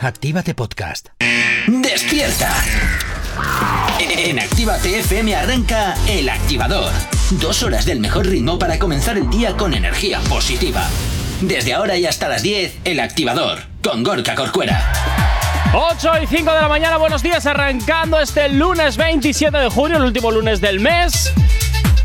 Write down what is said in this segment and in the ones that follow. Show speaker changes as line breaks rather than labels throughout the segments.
Actívate Podcast.
¡Despierta! En Actívate FM arranca El Activador. Dos horas del mejor ritmo para comenzar el día con energía positiva. Desde ahora y hasta las 10, El Activador, con Gorka Corcuera.
8 y 5 de la mañana, buenos días, arrancando este lunes 27 de junio, el último lunes del mes.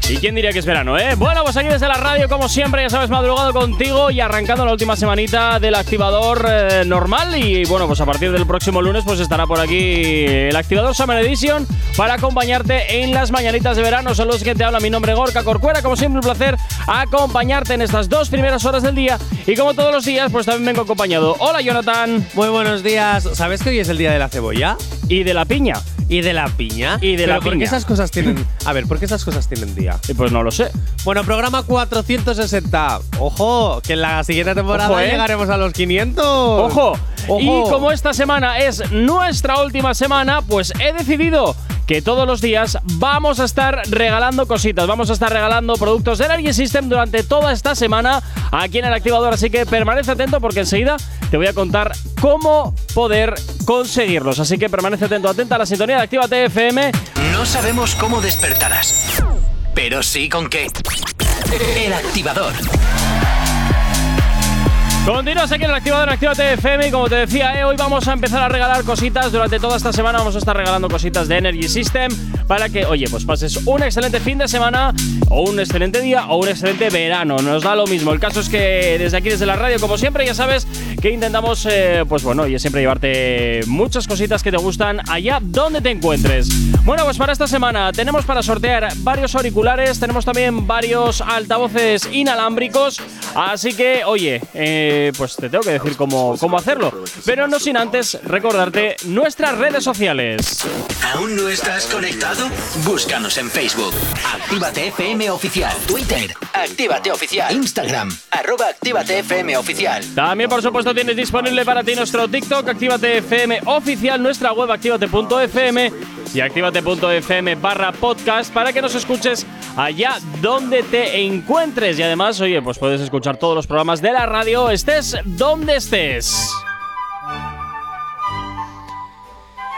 ¿Y quién diría que es verano, eh? Bueno, pues aquí desde la radio, como siempre, ya sabes, madrugado contigo y arrancando la última semanita del activador eh, normal. Y bueno, pues a partir del próximo lunes, pues estará por aquí el activador Summer Edition para acompañarte en las mañanitas de verano. Son los que te habla mi nombre, Gorka Corcuera. Como siempre, un placer acompañarte en estas dos primeras horas del día. Y como todos los días, pues también vengo acompañado. Hola, Jonathan.
Muy buenos días. ¿Sabes que hoy es el día de la cebolla?
Y de la piña.
Y de la piña.
Y de
Pero
la
¿por qué
piña.
esas cosas tienen. A ver, ¿por qué esas cosas tienen día?
Eh, Pues no lo sé.
Bueno, programa 460. Ojo, que en la siguiente temporada
Ojo, ¿eh?
llegaremos a los 500.
¡Ojo!
Ojo.
Y como esta semana es nuestra última semana, pues he decidido que todos los días vamos a estar regalando cositas, vamos a estar regalando productos de Energy System durante toda esta semana aquí en el activador, así que permanece atento porque enseguida te voy a contar cómo poder conseguirlos, así que permanece atento, atenta a la sintonía de Actívate FM.
No sabemos cómo despertarás, pero sí con qué. El Activador.
Continúas aquí en el activador en Actívate FM y como te decía, eh, hoy vamos a empezar a regalar cositas. Durante toda esta semana vamos a estar regalando cositas de Energy System para que, oye, pues pases un excelente fin de semana o un excelente día o un excelente verano. Nos da lo mismo. El caso es que desde aquí, desde la radio, como siempre, ya sabes que intentamos, eh, pues bueno, oye, siempre llevarte muchas cositas que te gustan allá donde te encuentres. Bueno, pues para esta semana tenemos para sortear varios auriculares, tenemos también varios altavoces inalámbricos, así que, oye, eh, pues te tengo que decir cómo, cómo hacerlo, pero no sin antes recordarte nuestras redes sociales.
¿Aún no estás conectado? Búscanos en Facebook. Actívate FM Oficial. Twitter. Actívate Oficial. Instagram. Arroba Actívate FM Oficial.
También, por supuesto, tienes disponible para ti nuestro TikTok, Actívate FM oficial, nuestra web activate.fm y activate.fm barra podcast para que nos escuches allá donde te encuentres. Y además, oye, pues puedes escuchar todos los programas de la radio, estés donde estés.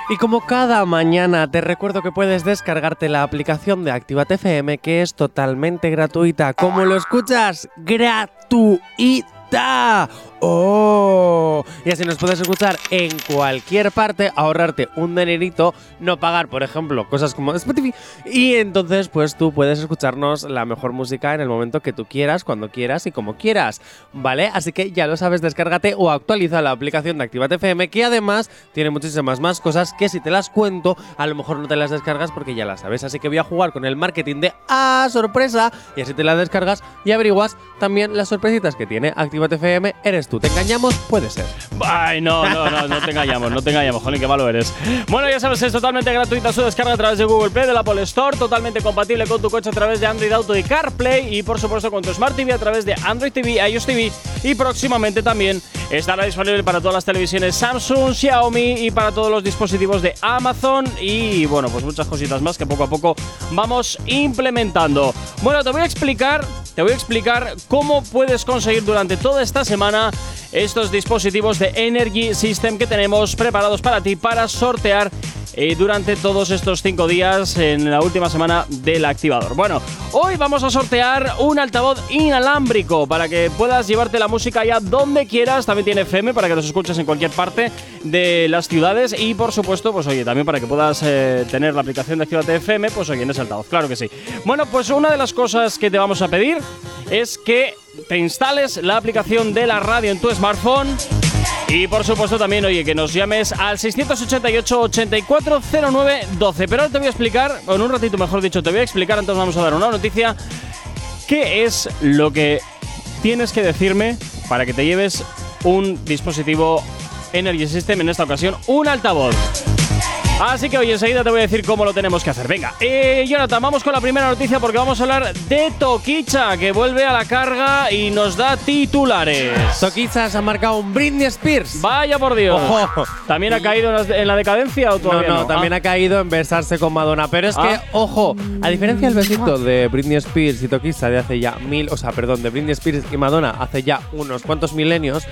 Y como cada mañana, te recuerdo que puedes descargarte la aplicación de Actívate FM, que es totalmente gratuita. Como lo escuchas, gratuita. ¡Oh! Y así nos puedes escuchar en cualquier parte, ahorrarte un dinerito, no pagar, por ejemplo, cosas como Spotify. Y entonces, pues tú puedes escucharnos la mejor música en el momento que tú quieras, cuando quieras y como quieras. ¿Vale? Así que ya lo sabes, descárgate o actualiza la aplicación de Actívate FM, que además tiene muchísimas más cosas que si te las cuento, a lo mejor no te las descargas porque ya las sabes. Así que voy a jugar con el marketing de ¡Ah, sorpresa! Y así te las descargas y averiguas también las sorpresitas que tiene Actívate FM. Eres tú, te engañamos, puede ser.
Ay, no, no, no, no te engañamos, no te engañamos, Jolín, qué malo eres. Bueno, ya sabes, es totalmente gratuita su descarga a través de Google Play, de la Apple Store, totalmente compatible con tu coche a través de Android Auto y CarPlay y, por supuesto, con tu Smart TV a través de Android TV, iOS TV y próximamente también estará disponible para todas las televisiones Samsung, Xiaomi y para todos los dispositivos de Amazon y, bueno, pues muchas cositas más que poco a poco vamos implementando. Bueno, te voy a explicar, te voy a explicar cómo puedes conseguir durante toda esta semana estos dispositivos de Energy System que tenemos preparados para ti para sortear eh, durante todos estos cinco días en la última semana del activador. Bueno, hoy vamos a sortear un altavoz inalámbrico para que puedas llevarte la música ya donde quieras. También tiene FM para que los escuches en cualquier parte de las ciudades y por supuesto, pues oye, también para que puedas eh, tener la aplicación de Activate FM, pues oye, en ese altavoz, claro que sí. Bueno, pues una de las cosas que te vamos a pedir es que te instales la aplicación de la radio en tu smartphone. Y por supuesto también, oye, que nos llames al 688-8409-12. Pero ahora te voy a explicar, o en un ratito mejor dicho, te voy a explicar, entonces vamos a dar una noticia. ¿Qué es lo que tienes que decirme para que te lleves un dispositivo Energy System, en esta ocasión un altavoz? Así que hoy enseguida te voy a decir cómo lo tenemos que hacer. Venga, eh, Jonathan, vamos con la primera noticia porque vamos a hablar de Toquicha, que vuelve a la carga y nos da titulares.
Toquichas ha marcado un Britney Spears.
Vaya por Dios.
Ojo.
¿También ha caído en las- en la decadencia o
No,
todavía no?
no, también ha caído en besarse con Madonna. Pero es
Ah.
que, ojo, a diferencia del besito de Britney Spears y Toquista de hace ya mil, o sea, perdón, de Britney Spears y Madonna hace ya unos cuantos milenios,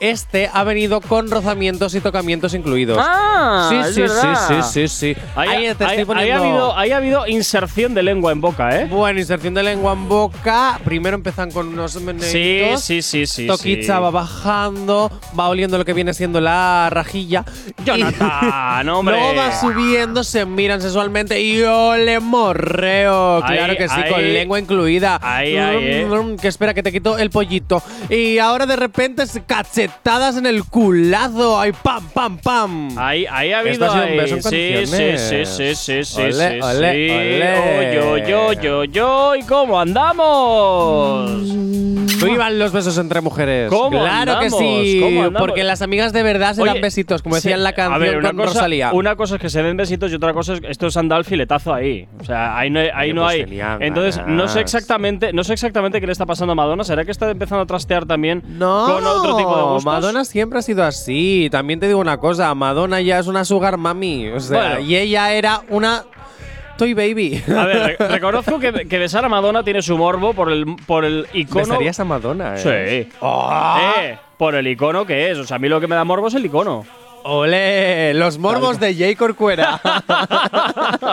este ha venido con rozamientos y tocamientos incluidos.
Ah,
sí,
es
sí, sí,
verdad.
sí, sí, sí.
Ahí,
Ahí te
ahí-
estoy
ahí
poniendo.
ha habido, ahí ha habido inserción de lengua en boca, ¿eh?
Bueno, inserción de lengua en boca. Primero empiezan con unos
Sí,
meneitos.
sí, sí, sí.
Toquicha
sí.
va bajando, va oliendo lo que viene siendo la rajilla.
Jonathan, hombre.
Luego va subiendo, se miran sexualmente y ole morreo.
Ahí,
Claro que sí,
ahí.
con lengua incluida. Mm,
Ahí, ahí, eh.
que espera que te quito el pollito. Y ahora de repente es cachetadas en el culazo. Ay, pam, pam, pam.
Ahí, ahí ha habido.
Esto ha sido un
ahí.
beso en
sí, sí,
condiciones.
sí, sí, sí, sí,
Ole,
sí,
ole,
sí.
ole.
Oy, oy, oy, oy, oy, ¿Cómo andamos?
Vivan los besos entre mujeres.
¿Cómo
claro
andamos?
que sí.
¿Cómo andamos?
porque las amigas de verdad se
Oye,
dan besitos, como decía
sí,
en la
a
canción
ver, una
con
cosa,
Rosalía.
Una cosa es que se den besitos y otra cosa es esto es andar al filetazo ahí. O sea, ahí no, hay- ahí
Oye,
no
pues
hay.
tenían
Entonces, no sé
ganas.
exactamente, no sé exactamente qué le está pasando a Madonna. ¿Será que está empezando a trastear también
No,
con otro tipo de gustos?
Madonna siempre ha sido así. También te digo una cosa, Madonna ya es una sugar mami. O sea,
Bueno.
y ella era una toy baby.
A ver, re- reconozco que, que besar a Madonna tiene su morbo por el, por el icono.
Besarías a Madonna, eh.
Sí. Eh, por el icono que es. O sea, a mí lo que me da morbo es el icono.
¡Ole! Los morbos de Jay Corcuera.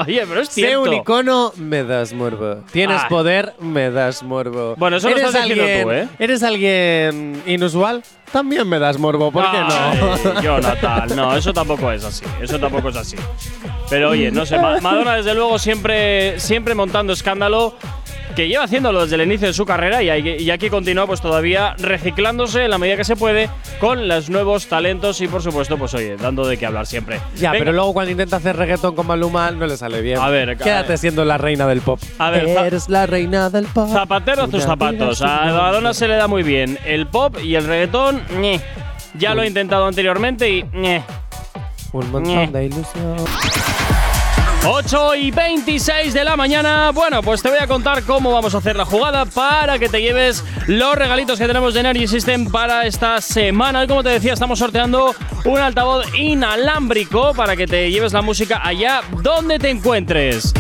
Oye, pero es
Sé
cierto.
un icono, me das morbo. Tienes
Ah.
poder, me das morbo.
Bueno, eso lo
¿Eres
estás diciendo
alguien-
tú, ¿eh?
¿Eres alguien inusual? También me das morbo, ¿por qué no?
Ay, Jonathan, no, eso tampoco es así. Eso tampoco es así. Pero oye, no sé, Ma- Madonna desde luego siempre, siempre montando escándalo, que lleva haciéndolo desde el inicio de su carrera y, hay- y aquí continúa pues todavía reciclándose en la medida que se puede con los nuevos talentos y por supuesto pues oye, dando de qué hablar siempre.
Ya,
Venga.
pero luego cuando intenta hacer reggaetón con Maluma no le sale bien.
A ver,
quédate
a ver.
siendo la reina del pop.
A ver, za-
eres la reina del pop.
Zapatero a tus
Una
zapatos.
vida
A
sin
Madonna
nombre.
se le da muy bien el pop y el reggaetón. ñe. Ya lo he intentado anteriormente y. ñe.
Un
Ñe.
montón de ilusión.
8 y 26 de la mañana. Bueno, pues te voy a contar cómo vamos a hacer la jugada para que te lleves los regalitos que tenemos de Energy System para esta semana. Y como te decía, estamos sorteando un altavoz inalámbrico para que te lleves la música allá donde te encuentres.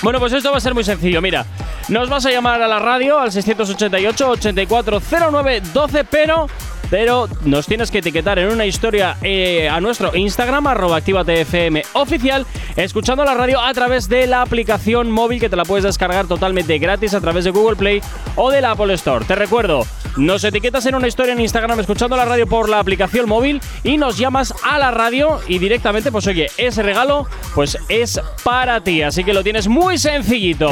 Bueno, pues esto va a ser muy sencillo. Mira, nos vas a llamar a la radio al 688-8409-12, pero, pero nos tienes que etiquetar en una historia eh, a nuestro Instagram, arroba activatfm oficial, escuchando la radio a través de la aplicación móvil que te la puedes descargar totalmente gratis a través de Google Play o de la Apple Store. Te recuerdo, nos etiquetas en una historia en Instagram escuchando la radio por la aplicación móvil y nos llamas a la radio y directamente, pues oye, ese regalo pues es para ti. Así que lo tienes muy sencillito.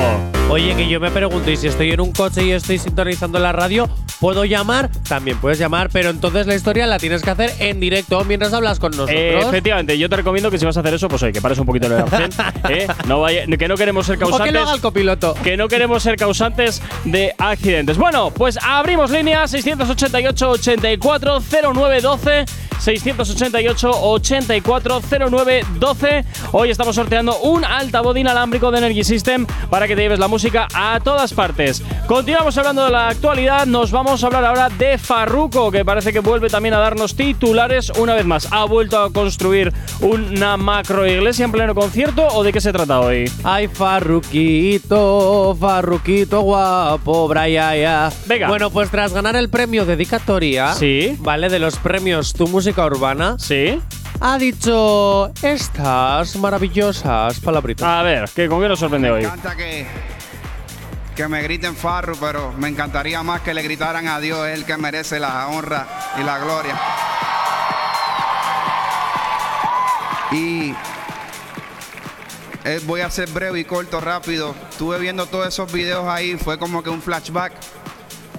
Oye, que yo me pregunto, y si estoy en un coche y estoy sintonizando la radio, ¿puedo llamar? También puedes llamar, pero entonces la historia la tienes que hacer en directo mientras hablas con nosotros.
Eh, efectivamente, yo te recomiendo que si vas a hacer eso, pues oye, que pares un poquito el arcén, ¿eh? no vaya, que no queremos ser
o
causantes.
que lo haga el copiloto.
que no queremos ser causantes de accidentes. Bueno, pues abrimos línea 688-8409-12. 688-8409-12. Hoy estamos sorteando un altavoz inalámbrico de Energy System para que te lleves la música a todas partes. Continuamos hablando de la actualidad. Nos vamos a hablar ahora de Farruko, que parece que vuelve también a darnos titulares una vez más. ¿Ha vuelto a construir una macro iglesia en pleno concierto o de qué se trata hoy?
Ay, Farruquito, Farruquito guapo, brayaya.
Venga.
Bueno, pues tras ganar el premio Dedicatoria,
Sí.
¿vale? De los premios Tu Música Urbana,
¿Sí?
ha dicho estas maravillosas palabritas.
A ver, ¿qué, ¿con qué nos sorprende hoy?
Me encanta que, que me griten Farru, pero me encantaría más que le gritaran a Dios, es el que merece la honra y la gloria. Y eh, voy a ser breve y corto, rápido. Estuve viendo todos esos videos ahí, fue como que un flashback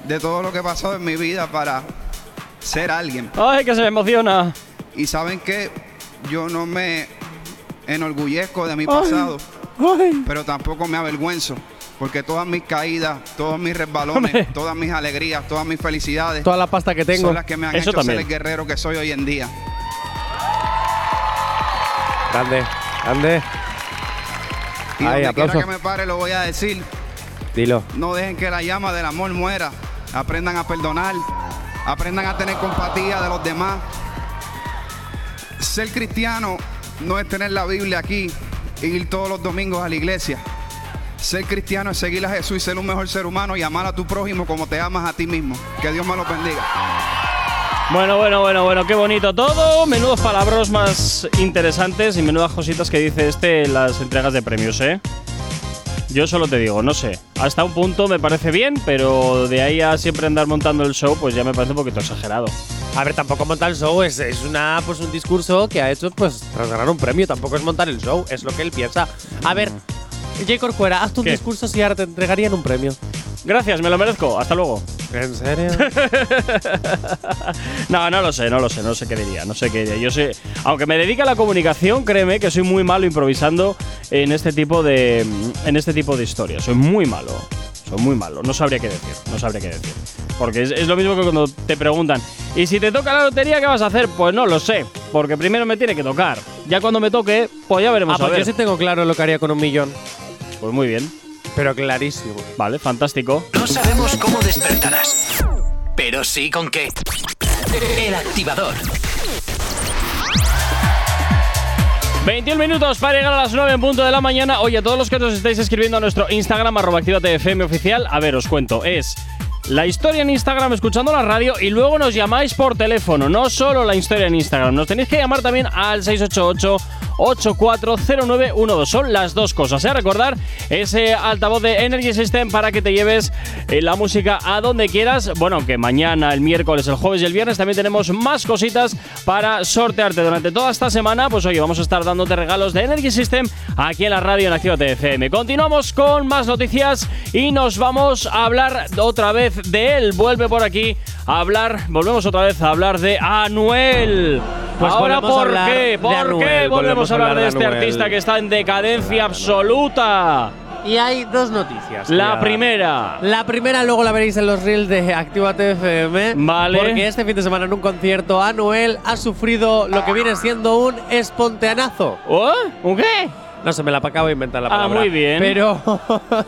de todo lo que pasó en mi vida para ser alguien.
Ay, que se me emociona.
Y saben que yo no me enorgullezco de mi pasado, pero tampoco me avergüenzo, porque todas mis caídas, todos mis resbalones,
Hombre.
todas mis alegrías, todas mis felicidades
Toda la pasta que tengo.
son las que me han
Eso
hecho
también.
ser el guerrero que soy hoy en día.
Grande, grande.
Y
Ahí,
donde
aplauso.
quiera que me pare lo voy a decir.
Dilo.
No dejen que la llama del amor muera. Aprendan a perdonar. Aprendan a tener compatía de los demás. Ser cristiano no es tener la Biblia aquí e ir todos los domingos a la iglesia. Ser cristiano es seguir a Jesús y ser un mejor ser humano y amar a tu prójimo como te amas a ti mismo. Que Dios me los bendiga.
Bueno, bueno, bueno, bueno, qué bonito todo. Menudos palabras más interesantes y menudas cositas que dice este en las entregas de premios, ¿eh? Yo solo te digo, no sé. Hasta un punto me parece bien, pero de ahí a siempre andar montando el show, pues ya me parece un poquito exagerado.
A ver, tampoco montar el show es, es una, pues, un discurso que ha hecho pues, tras ganar un premio. Tampoco es montar el show, es lo que él piensa. A ver, J. Corcuera, haz tu
¿Qué?
discurso si ahora te entregarían un premio.
Gracias, me lo merezco. Hasta luego.
¿En serio?
No, no lo sé, no lo sé, no sé qué diría, no sé qué diría. Yo sé, aunque me dedique a la comunicación, créeme que soy muy malo improvisando en este tipo de en este tipo de historias. Soy muy malo. Soy muy malo, no sabría qué decir, no sabría qué decir. Porque es, es lo mismo que cuando te preguntan, ¿y si te toca la lotería qué vas a hacer? Pues no lo sé, porque primero me tiene que tocar. Ya cuando me toque, pues ya veremos
ah,
a
pues
ver.
yo sí tengo claro lo que haría con un millón.
Pues muy bien.
Pero clarísimo.
Vale, fantástico.
No sabemos cómo despertarás, pero sí con qué. El activador.
21 minutos para llegar a las 9 en punto de la mañana. Oye, a todos los que nos estáis escribiendo a nuestro Instagram, arroba actívate FM oficial, a ver, os cuento, es la historia en Instagram escuchando la radio y luego nos llamáis por teléfono, no solo la historia en Instagram, nos tenéis que llamar también al 688-840912. Son las dos cosas, ¿eh? Recordar ese altavoz de Energy System para que te lleves eh, la música a donde quieras. Bueno, que mañana, el miércoles, el jueves y el viernes también tenemos más cositas para sortearte durante toda esta semana. Pues oye, vamos a estar dándote regalos de Energy System aquí en la radio en Activa FM. Continuamos con más noticias y nos vamos a hablar otra vez de él. Vuelve por aquí a hablar, volvemos otra vez a hablar de Anuel.
Pues
Ahora,
volvemos a
¿por
hablar
qué?
de
¿Por qué
Anuel,
volvemos a hablar de este
Anuel.
artista que está en decadencia absoluta?
Y hay dos noticias.
La
Ya.
primera.
La primera luego la veréis en los reels de Actívate FM.
Vale.
Porque este fin de semana en un concierto Anuel ha sufrido lo que viene siendo un esponteanazo.
¿Oh? ¿Un qué?
No se me la acabo de inventar la
Ah,
palabra.
muy bien.
Pero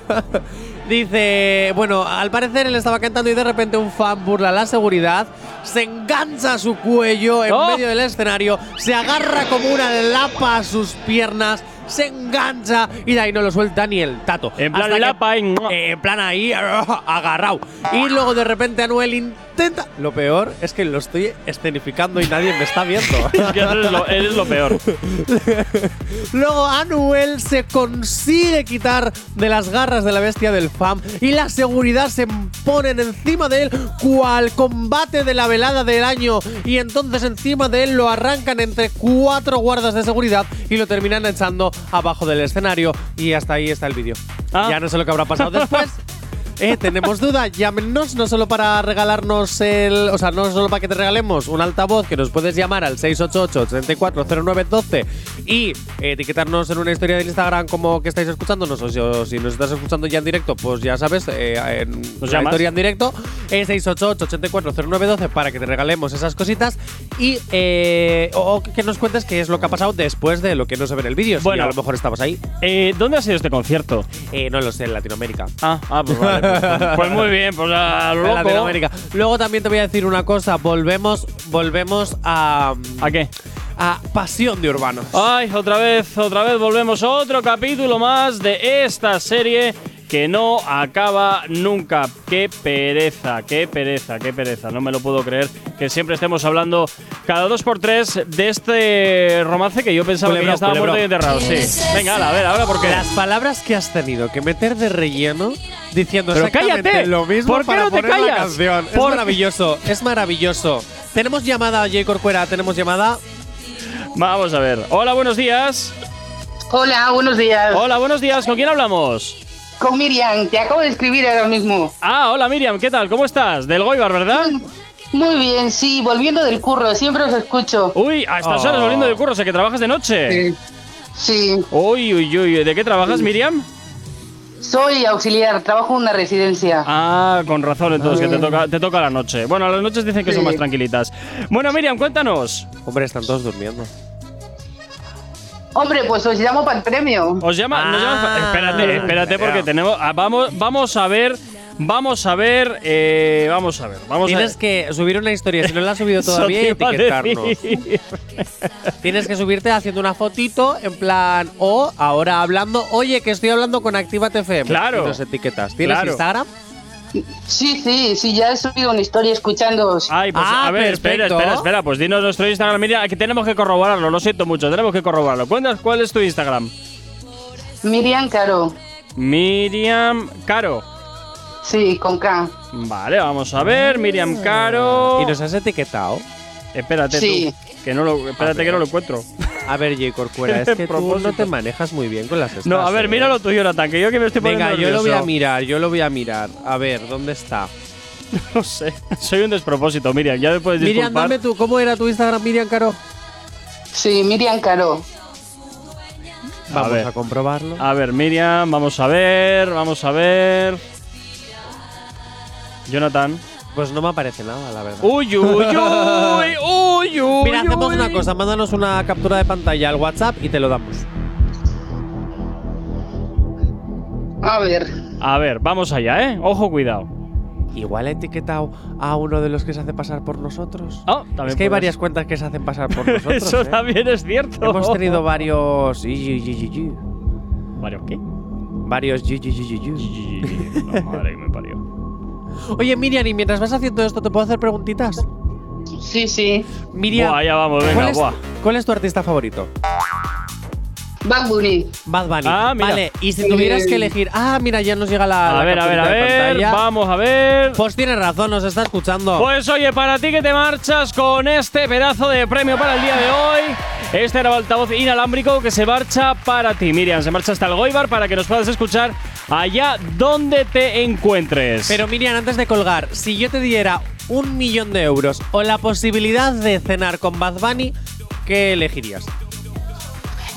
dice, bueno, al parecer él estaba cantando y de repente un fan burla la seguridad, se engancha a su cuello en
¡Oh!
medio del escenario, se agarra como una lapa a sus piernas, se engancha y de ahí no lo suelta ni el tato.
En plan
Hasta que-
lapa y ¡mua!
eh, en plan ahí, agarrado. Y luego de repente Anuel intenta. Lo peor es que lo estoy escenificando y nadie me está viendo.
Es que eres lo, eres lo peor.
Luego Anuel se consigue quitar de las garras de la bestia del fam y la seguridad se ponen encima de él cual combate de la velada del año y entonces encima de él lo arrancan entre cuatro guardas de seguridad y lo terminan echando abajo del escenario y hasta ahí está el vídeo.
Ah.
Ya no sé lo que habrá pasado después. Eh, tenemos duda, llámenos no solo para regalarnos el. O sea, no solo para que te regalemos un altavoz que nos puedes llamar al 688-340912 y etiquetarnos en una historia de Instagram como que estáis escuchándonos. O si, o si nos estás escuchando ya en directo, pues ya sabes, eh, en
Nos
la
llamas.
historia en directo, eh, 688-840912 para que te regalemos esas cositas y. eh, o, o que nos cuentes qué es lo que ha pasado después de lo que no se ve en el vídeo. si
Bueno.
a lo mejor estabas ahí.
Eh, ¿Dónde ha sido este concierto?
Eh, no lo sé, en Latinoamérica.
Ah, ah pues vale. Pues, pues muy bien, pues a lo
En
loco.
Latinoamérica. Luego también te voy a decir una cosa. Volvemos, volvemos a,
¿A qué?
a Pasión de Urbanos.
Ay, otra vez, otra vez volvemos a otro capítulo más de esta serie que no acaba nunca. Qué pereza, qué pereza, qué pereza. No me lo puedo creer que siempre estemos hablando cada dos por tres de este romance que yo pensaba que
Culebro,
ya estaba
culebro.
muerto y enterrado. Sí. Venga, hala, a ver, ahora porque.
Las palabras que has tenido que meter de relleno diciendo
Pero
exactamente
cállate.
lo mismo
¿Por qué
para
no te
poner la
callas?
canción. Es
¿Por-
maravilloso, es maravilloso. Tenemos llamada, Jay Corcuera, tenemos llamada.
Vamos a ver. Hola, buenos días.
Hola, buenos días.
Hola, buenos días. ¿Con quién hablamos?
Con Miriam, te acabo de escribir ahora mismo.
Ah, hola Miriam, ¿qué tal? ¿Cómo estás? Del Goibar, ¿verdad?
Muy bien, sí, volviendo del curro, siempre os escucho.
Uy, a estas
Oh.
horas volviendo del curro, o sea que trabajas de noche.
Sí. Sí,
Uy, uy, uy, ¿de qué trabajas, Miriam?
soy auxiliar, trabajo en una residencia.
Ah, con razón, entonces, que te toca, te toca la noche. Bueno, las noches dicen que son
Sí.
más tranquilitas. Bueno, Miriam, cuéntanos.
Hombre, están todos durmiendo.
Hombre, pues os llamo para el premio.
Os llama, nos llaman pa-
Ah,
espérate, espérate, porque
claro.
tenemos. ah, Vamos, vamos a ver. Vamos a ver. eh, vamos a ver. Vamos a ver.
Tienes que subir una historia, si no la has subido
Eso
todavía, y
te iba a
etiquetarnos.
decir.
Tienes que subirte haciendo una fotito, en plan, o ahora hablando, oye, que estoy hablando con Actívate FM.
Claro.
Y nos etiquetas. ¿Tienes
Claro.
Instagram?
Sí, sí, sí, ya he subido una historia escuchándoos.
Ay, pues
Ah,
a ver, espera,
perfecto.
espera, espera. Pues dinos nuestro Instagram. Mira, aquí tenemos que corroborarlo, lo siento mucho, tenemos que corroborarlo. Cuéntanos cuál es tu Instagram.
Miriam Caro.
Miriam Caro.
Sí, con K.
Vale, vamos a ver. Miriam
Ah.
Caro.
Y nos has etiquetado.
Espérate
Sí.
tú. Que no lo, espérate que no lo encuentro.
A ver, J. Corcuera, es que tú no te manejas muy bien con las estas.
No, a ver,
¿eh?
míralo tú, Jonathan, que yo que me estoy poniendo
Venga, yo lo
nervioso.
voy a mirar, yo lo voy a mirar. A ver, ¿dónde está?
No sé. Soy un despropósito, Miriam. Ya me puedes disculpar.
Miriam, dame tú, ¿cómo era tu Instagram, Miriam Caro?
Sí, Miriam Caro.
Vamos
ver.
a, Ah, comprobarlo.
A ver, Miriam, vamos a ver, vamos a ver. Jonathan.
Pues no me aparece nada, la verdad.
Uy, uy, uy, uy, uy.
Mira, hacemos
uy.
una cosa, mándanos una captura de pantalla al WhatsApp y te lo damos.
A ver.
A ver, vamos allá, ¿eh? Ojo, cuidado.
Igual he etiquetado a uno de los que se hace pasar por nosotros.
Ah, también
es que
puedes.
hay varias cuentas que se hacen pasar por nosotros.
Eso
¿eh?
también es cierto.
Hemos tenido varios. y- y- y- y- y-
Mario, ¿qué?
Varios. y- y- y- y- y.
La madre que me parió.
Oye, Miriam, y mientras vas haciendo esto, ¿te puedo hacer preguntitas?
Sí, sí.
Miriam,
Buah, ya vamos,
¿cuál,
venga,
es,
buah.
cuál es tu artista favorito?
Bad Bunny.
Bad Bunny.
Ah, mira.
Vale, y si tuvieras que elegir. Ah, mira, ya nos llega la.
A
la
ver, a ver, a
capturita de
ver.
pantalla.
Vamos a ver.
Pues tienes razón, nos está escuchando.
Pues oye, para ti que te marchas con este pedazo de premio para el día de hoy. Este era el altavoz inalámbrico que se marcha para ti, Miriam. Se marcha hasta el Goibar para que nos puedas escuchar allá donde te encuentres.
Pero Miriam, antes de colgar, si yo te diera un millón de euros o la posibilidad de cenar con Bad Bunny, ¿qué elegirías?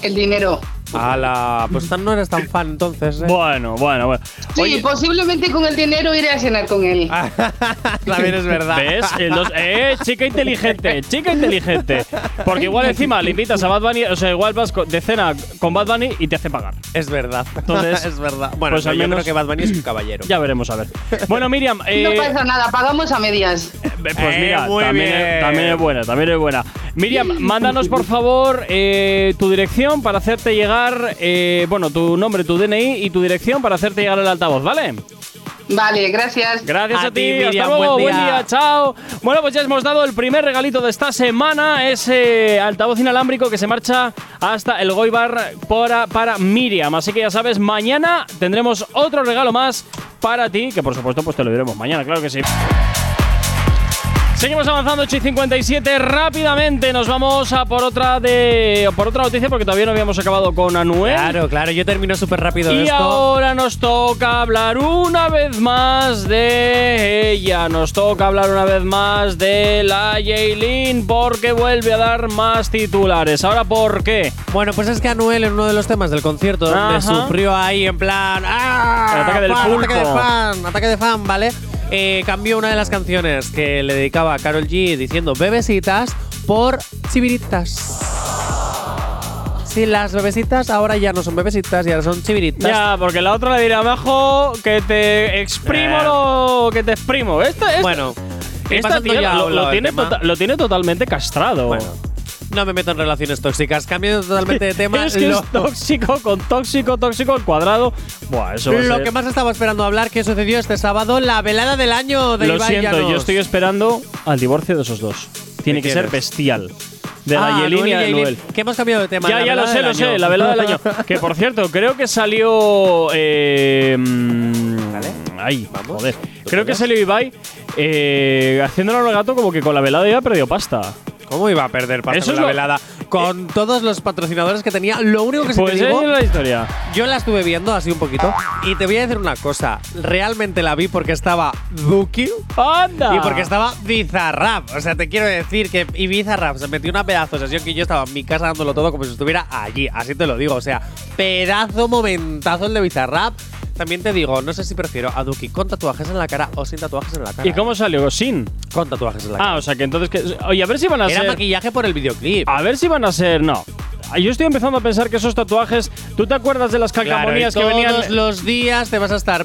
El dinero.
Ala, pues tan- no eres tan fan entonces, ¿eh?
bueno, bueno, bueno.
Sí,
Oye, Ah,
posiblemente con el dinero iré a cenar con él.
También es verdad.
¿Ves? El dos- eh, chica inteligente, chica inteligente. Porque igual encima le invitas a Bad Bunny, o sea, igual vas co- de cena con Bad Bunny y te hace pagar.
Es verdad.
Entonces,
es verdad. Bueno,
pues
no,
al
yo
menos-
creo que Bad Bunny es un caballero.
Ya veremos, a ver. Bueno, Miriam, eh,
No pasa nada, pagamos a medias.
Eh, Pues
Eh,
mira,
muy
también,
bien.
Es, también es buena, también es buena. Miriam, mándanos por favor eh, tu dirección para hacerte llegar, eh, bueno, tu nombre, tu DNI y tu dirección para hacerte llegar el altavoz, ¿vale?
Vale, gracias.
Gracias a,
A
ti,
ti,
hasta
Miriam,
luego,
buen
buen
día.
día, chao. Bueno, pues ya hemos dado el primer regalito de esta semana, ese altavoz inalámbrico que se marcha hasta el Goibar para, para Miriam. Así que ya sabes, mañana tendremos otro regalo más para ti, que por supuesto pues te lo diremos mañana, claro que sí. Seguimos avanzando 8 y 57 rápidamente. Nos vamos a por otra de por otra noticia porque todavía no habíamos acabado con Anuel.
Claro, claro, yo termino súper rápido
Y
esto.
ahora nos toca hablar una vez más de ella. Nos toca hablar una vez más de la Jaylin porque vuelve a dar más titulares. Ahora, ¿por qué?
Bueno, pues es que Anuel en uno de los temas del concierto donde
Ajá.
sufrió ahí en plan ¡Ah!
El ataque del
fan,
pulpo.
ataque de fan, ataque de fan, ¿vale? Eh, cambió una de las canciones que le dedicaba a Carol G diciendo bebesitas por chiviritas. Sí, las bebesitas ahora ya no son bebesitas, ya son chiviritas.
Ya, porque la otra le dirá abajo que te exprimo
Eh.
lo que te exprimo. Esta, esta-
Bueno, y
esta
pasando
tía
ya
lo,
al
lo
lado del
tiene
tema.
tota- lo tiene totalmente castrado.
Bueno, no me meto en relaciones tóxicas, cambiando totalmente de tema.
es que
lo-
es tóxico, con tóxico, tóxico al cuadrado. Buah, eso va a
lo
ser-
que más estaba esperando hablar que sucedió este sábado, la velada del año de
Lo
Ibai
siento, yo
Llanos.
estoy esperando al divorcio de esos dos. Tiene
¿De
que ser
quiénes?
bestial. De
Ah,
la Yelin y
Anuel Yailin,
Anuel.
Que hemos cambiado de tema.
Ya,
la
ya lo
velada
sé,
del
lo
año.
sé, la velada del año. Que por cierto, creo que salió. Eh, mm,
Vale.
Ay,
Vamos.
joder.
¿Lo
Creo que
pillas?
salió Ibai eh, haciéndolo al gato como que con la velada ya perdió pasta.
¿Cómo iba a perder para
Eso es
la
lo-
velada? Con todos los patrocinadores que tenía, lo único que se
Pues
te
esa
digo,
es la historia.
yo la estuve viendo así un poquito. Y te voy a decir una cosa. Realmente la vi porque estaba Duki.
¡Anda!
Y porque estaba Bizarrap. O sea, te quiero decir que y Bizarrap se metió una pedazo de sesión que yo estaba en mi casa dándolo todo como si estuviera allí. Así te lo digo. O sea, pedazo momentazo el de Bizarrap. También te digo, no sé si prefiero a Duki con tatuajes en la cara o sin tatuajes en la cara.
¿Y cómo Ah, salió? Sin.
Con tatuajes en la cara.
Ah, o sea que entonces. Que, oye, a ver si van a
Era
ser.
maquillaje por el videoclip.
A ver si van a ser. No. Ah, yo estoy empezando a pensar que esos tatuajes. ¿Tú te acuerdas de las
Claro, y
calcamonías
todos
que venían?
los días te vas a estar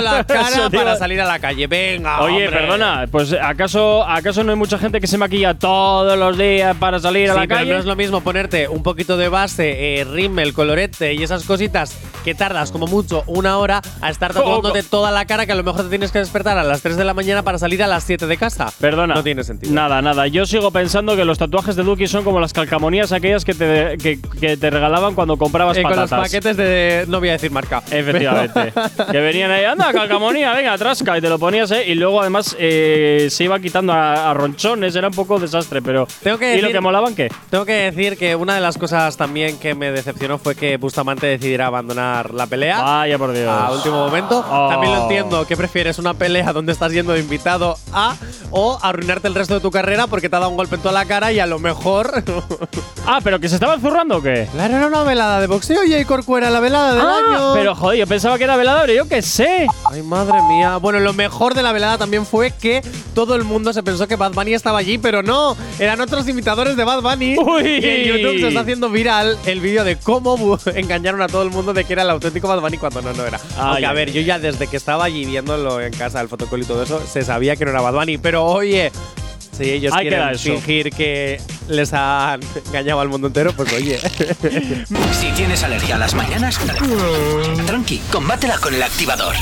la
Eso
cara
te iba-
para salir a la calle. Venga.
Oye,
Ah, hombre.
perdona, pues ¿acaso, ¿acaso no hay mucha gente que se maquilla todos los días para salir a
Sí,
la
pero
calle?
no es lo mismo ponerte un poquito de base, eh, rímel, colorete y esas cositas que tardas como mucho una hora a estar tatuándote
Ojo.
toda la cara que a lo mejor te tienes que despertar a las 3 de la mañana para salir a las 7 de casa.
Perdona.
No tiene sentido.
Nada, nada. Yo sigo pensando que los tatuajes de Duki son como las calcamonías aquellas que te, que, que te regalaban cuando comprabas
Eh, con los
patatas. Eh,
paquetes de. No voy a decir marca.
Efectivamente. que venían ahí, anda, calcamonía, venga, trasca, y te lo ponías ahí. Y luego, además, eh, se iba quitando a, a ronchones, era un poco desastre, pero.
Tengo que
¿Y lo
decir-
que molaban qué?
Tengo que decir que una de las cosas también que me decepcionó fue que Bustamante decidiera abandonar la pelea.
Vaya por Dios.
a Ah. último momento.
Oh.
También lo entiendo. ¿Qué prefieres? ¿Una pelea donde estás yendo de invitado a o arruinarte el resto de tu carrera porque te ha dado un golpe en toda la cara y a lo mejor.
Ah, pero que se estaban zurrando o qué?
claro, era una velada de boxeo y hay Corcuera, la velada del
Ah,
año.
pero joder, yo pensaba que era velador, yo qué sé.
Ay, madre mía. Bueno, lo mejor de la velada también fue que todo el mundo se pensó que Bad Bunny estaba allí, pero no. Eran otros imitadores de Bad Bunny.
Uy.
Y en YouTube se está haciendo viral el vídeo de cómo bu- engañaron a todo el mundo de que era el auténtico Bad Bunny cuando no, no era. Aunque, a
ay,
ver, yo ya desde que estaba allí viéndolo en casa, el fotocol y todo eso, se sabía que no era Bad Bunny. Pero oye, si ellos
Ahí queda
quieren
eso.
fingir que les han engañado al mundo entero, pues oye.
Si tienes alergia a las mañanas, tranqui, combátela con el activador.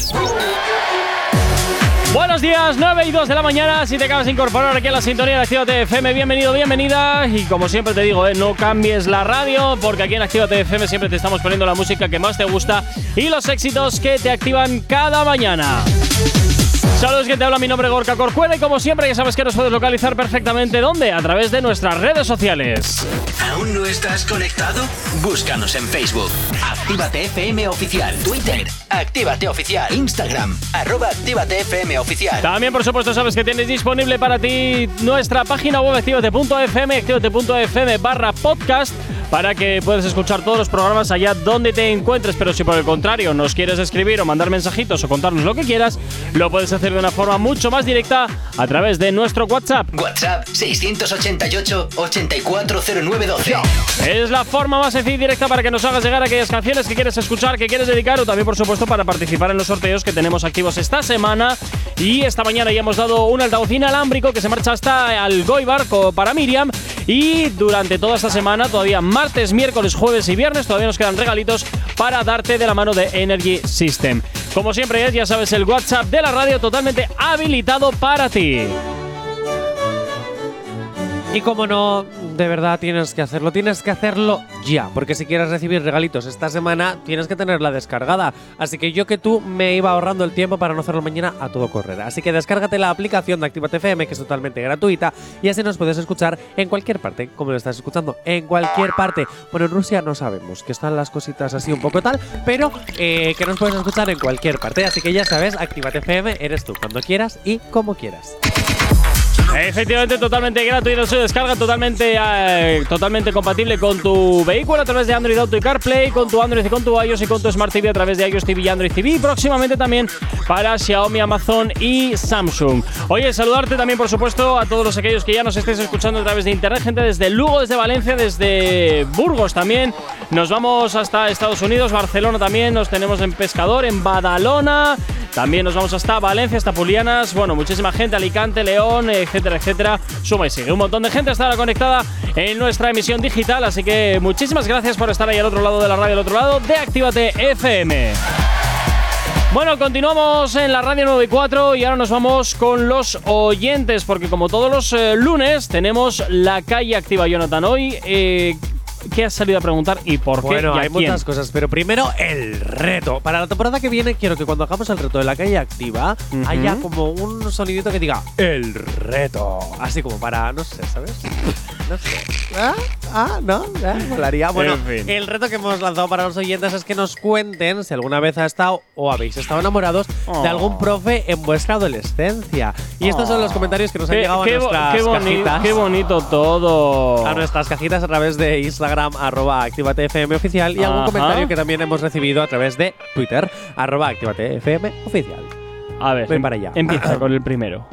Buenos días, 9 y 2 de la mañana. Si te acabas de incorporar aquí a la sintonía de Actívate FM, bienvenido, bienvenida. Y como siempre te digo, eh, no cambies la radio, porque aquí en Actívate FM siempre te estamos poniendo la música que más te gusta y los éxitos que te activan cada mañana. Saludos que te habla mi nombre es Gorka Corcuera y como siempre ya sabes que nos puedes localizar perfectamente ¿dónde? A través de nuestras redes sociales.
¿Aún no estás conectado? Búscanos en Facebook. Actívate FM Oficial. Twitter. Actívate Oficial. Instagram. Arroba Actívate FM Oficial.
También, por supuesto, sabes que tienes disponible para ti nuestra página web activate.fm, activate.fm barra podcast, para que puedas escuchar todos los programas allá donde te encuentres. Pero si por el contrario nos quieres escribir o mandar mensajitos o contarnos lo que quieras, lo puedes hacer de una forma mucho más directa a través de nuestro WhatsApp.
WhatsApp 688 840912.
Es la forma más sencilla y directa para que nos hagas llegar aquellas canciones que quieres escuchar, que quieres dedicar o también, por supuesto, para participar en los sorteos que tenemos activos esta semana. Y esta mañana ya hemos dado un altavoz inalámbrico que se marcha hasta Algoibar co- para Miriam. Y durante toda esta semana, todavía martes, miércoles, jueves y viernes, todavía nos quedan regalitos para darte de la mano de Energy System. Como siempre es, ya sabes, el WhatsApp de la radio totalmente habilitado para ti.
Y como no, de verdad tienes que hacerlo, tienes que hacerlo ya, porque si quieres recibir regalitos esta semana, tienes que tenerla descargada. Así que yo que tú me iba ahorrando el tiempo para no hacerlo mañana a todo correr. Así que descárgate la aplicación de Actívate FM, que es totalmente gratuita, y así nos puedes escuchar en cualquier parte, como lo estás escuchando, en cualquier parte. Bueno, en Rusia no sabemos, que están las cositas así un poco tal, pero eh, que nos puedes escuchar en cualquier parte. Así que ya sabes, Actívate FM eres tú, cuando quieras y como quieras.
Efectivamente, totalmente gratuito su descarga, totalmente, eh, totalmente compatible con tu vehículo a través de Android Auto y CarPlay, con tu Android y con tu iOS y con tu Smart TV a través de iOS TV y Android TV. Y próximamente también para Xiaomi, Amazon y Samsung. Oye, saludarte también, por supuesto, a todos los aquellos que ya nos estéis escuchando a través de internet, gente desde Lugo, desde Valencia, desde Burgos también. Nos vamos hasta Estados Unidos, Barcelona también, nos tenemos en Pescador, en Badalona. También nos vamos hasta Valencia, hasta Pulianas, bueno, muchísima gente, Alicante, León, etcétera, etcétera. Suma y sigue. Un montón de gente está ahora conectada en nuestra emisión digital, así que muchísimas gracias por estar ahí al otro lado de la radio, al otro lado de Actívate FM. Bueno, continuamos en la radio 9 y 4 y ahora nos vamos con los oyentes, porque como todos los eh, lunes tenemos la calle activa, Jonathan. Hoy, eh, ¿qué has salido a preguntar y por qué?
Bueno,
y a
hay
quién?
muchas cosas, pero primero el reto. Para la temporada que viene quiero que cuando hagamos el reto de la calle activa
Ujú.
haya como un sonidito que diga el reto. Así como para, no sé, ¿sabes? No sé. ¿Ah? ¿Ah? ¿No? ¿Ah? Molaría. Bueno,
En fin.
el reto que hemos lanzado para los oyentes es que nos cuenten si alguna vez ha estado o habéis estado enamorados
Oh.
de algún profe en vuestra adolescencia. Y estos son los comentarios que nos han
Qué,
llegado
qué
a
bo-
nuestras
qué boni-
cajitas
qué bonito todo.
a nuestras cajitas a través de Instagram, arroba Actívate FM oficial, y algún
Ajá.
comentario que también hemos recibido a través de Twitter, arroba Actívate FM oficial.
A ver,
Ven
em-
para allá.
Empieza con el primero.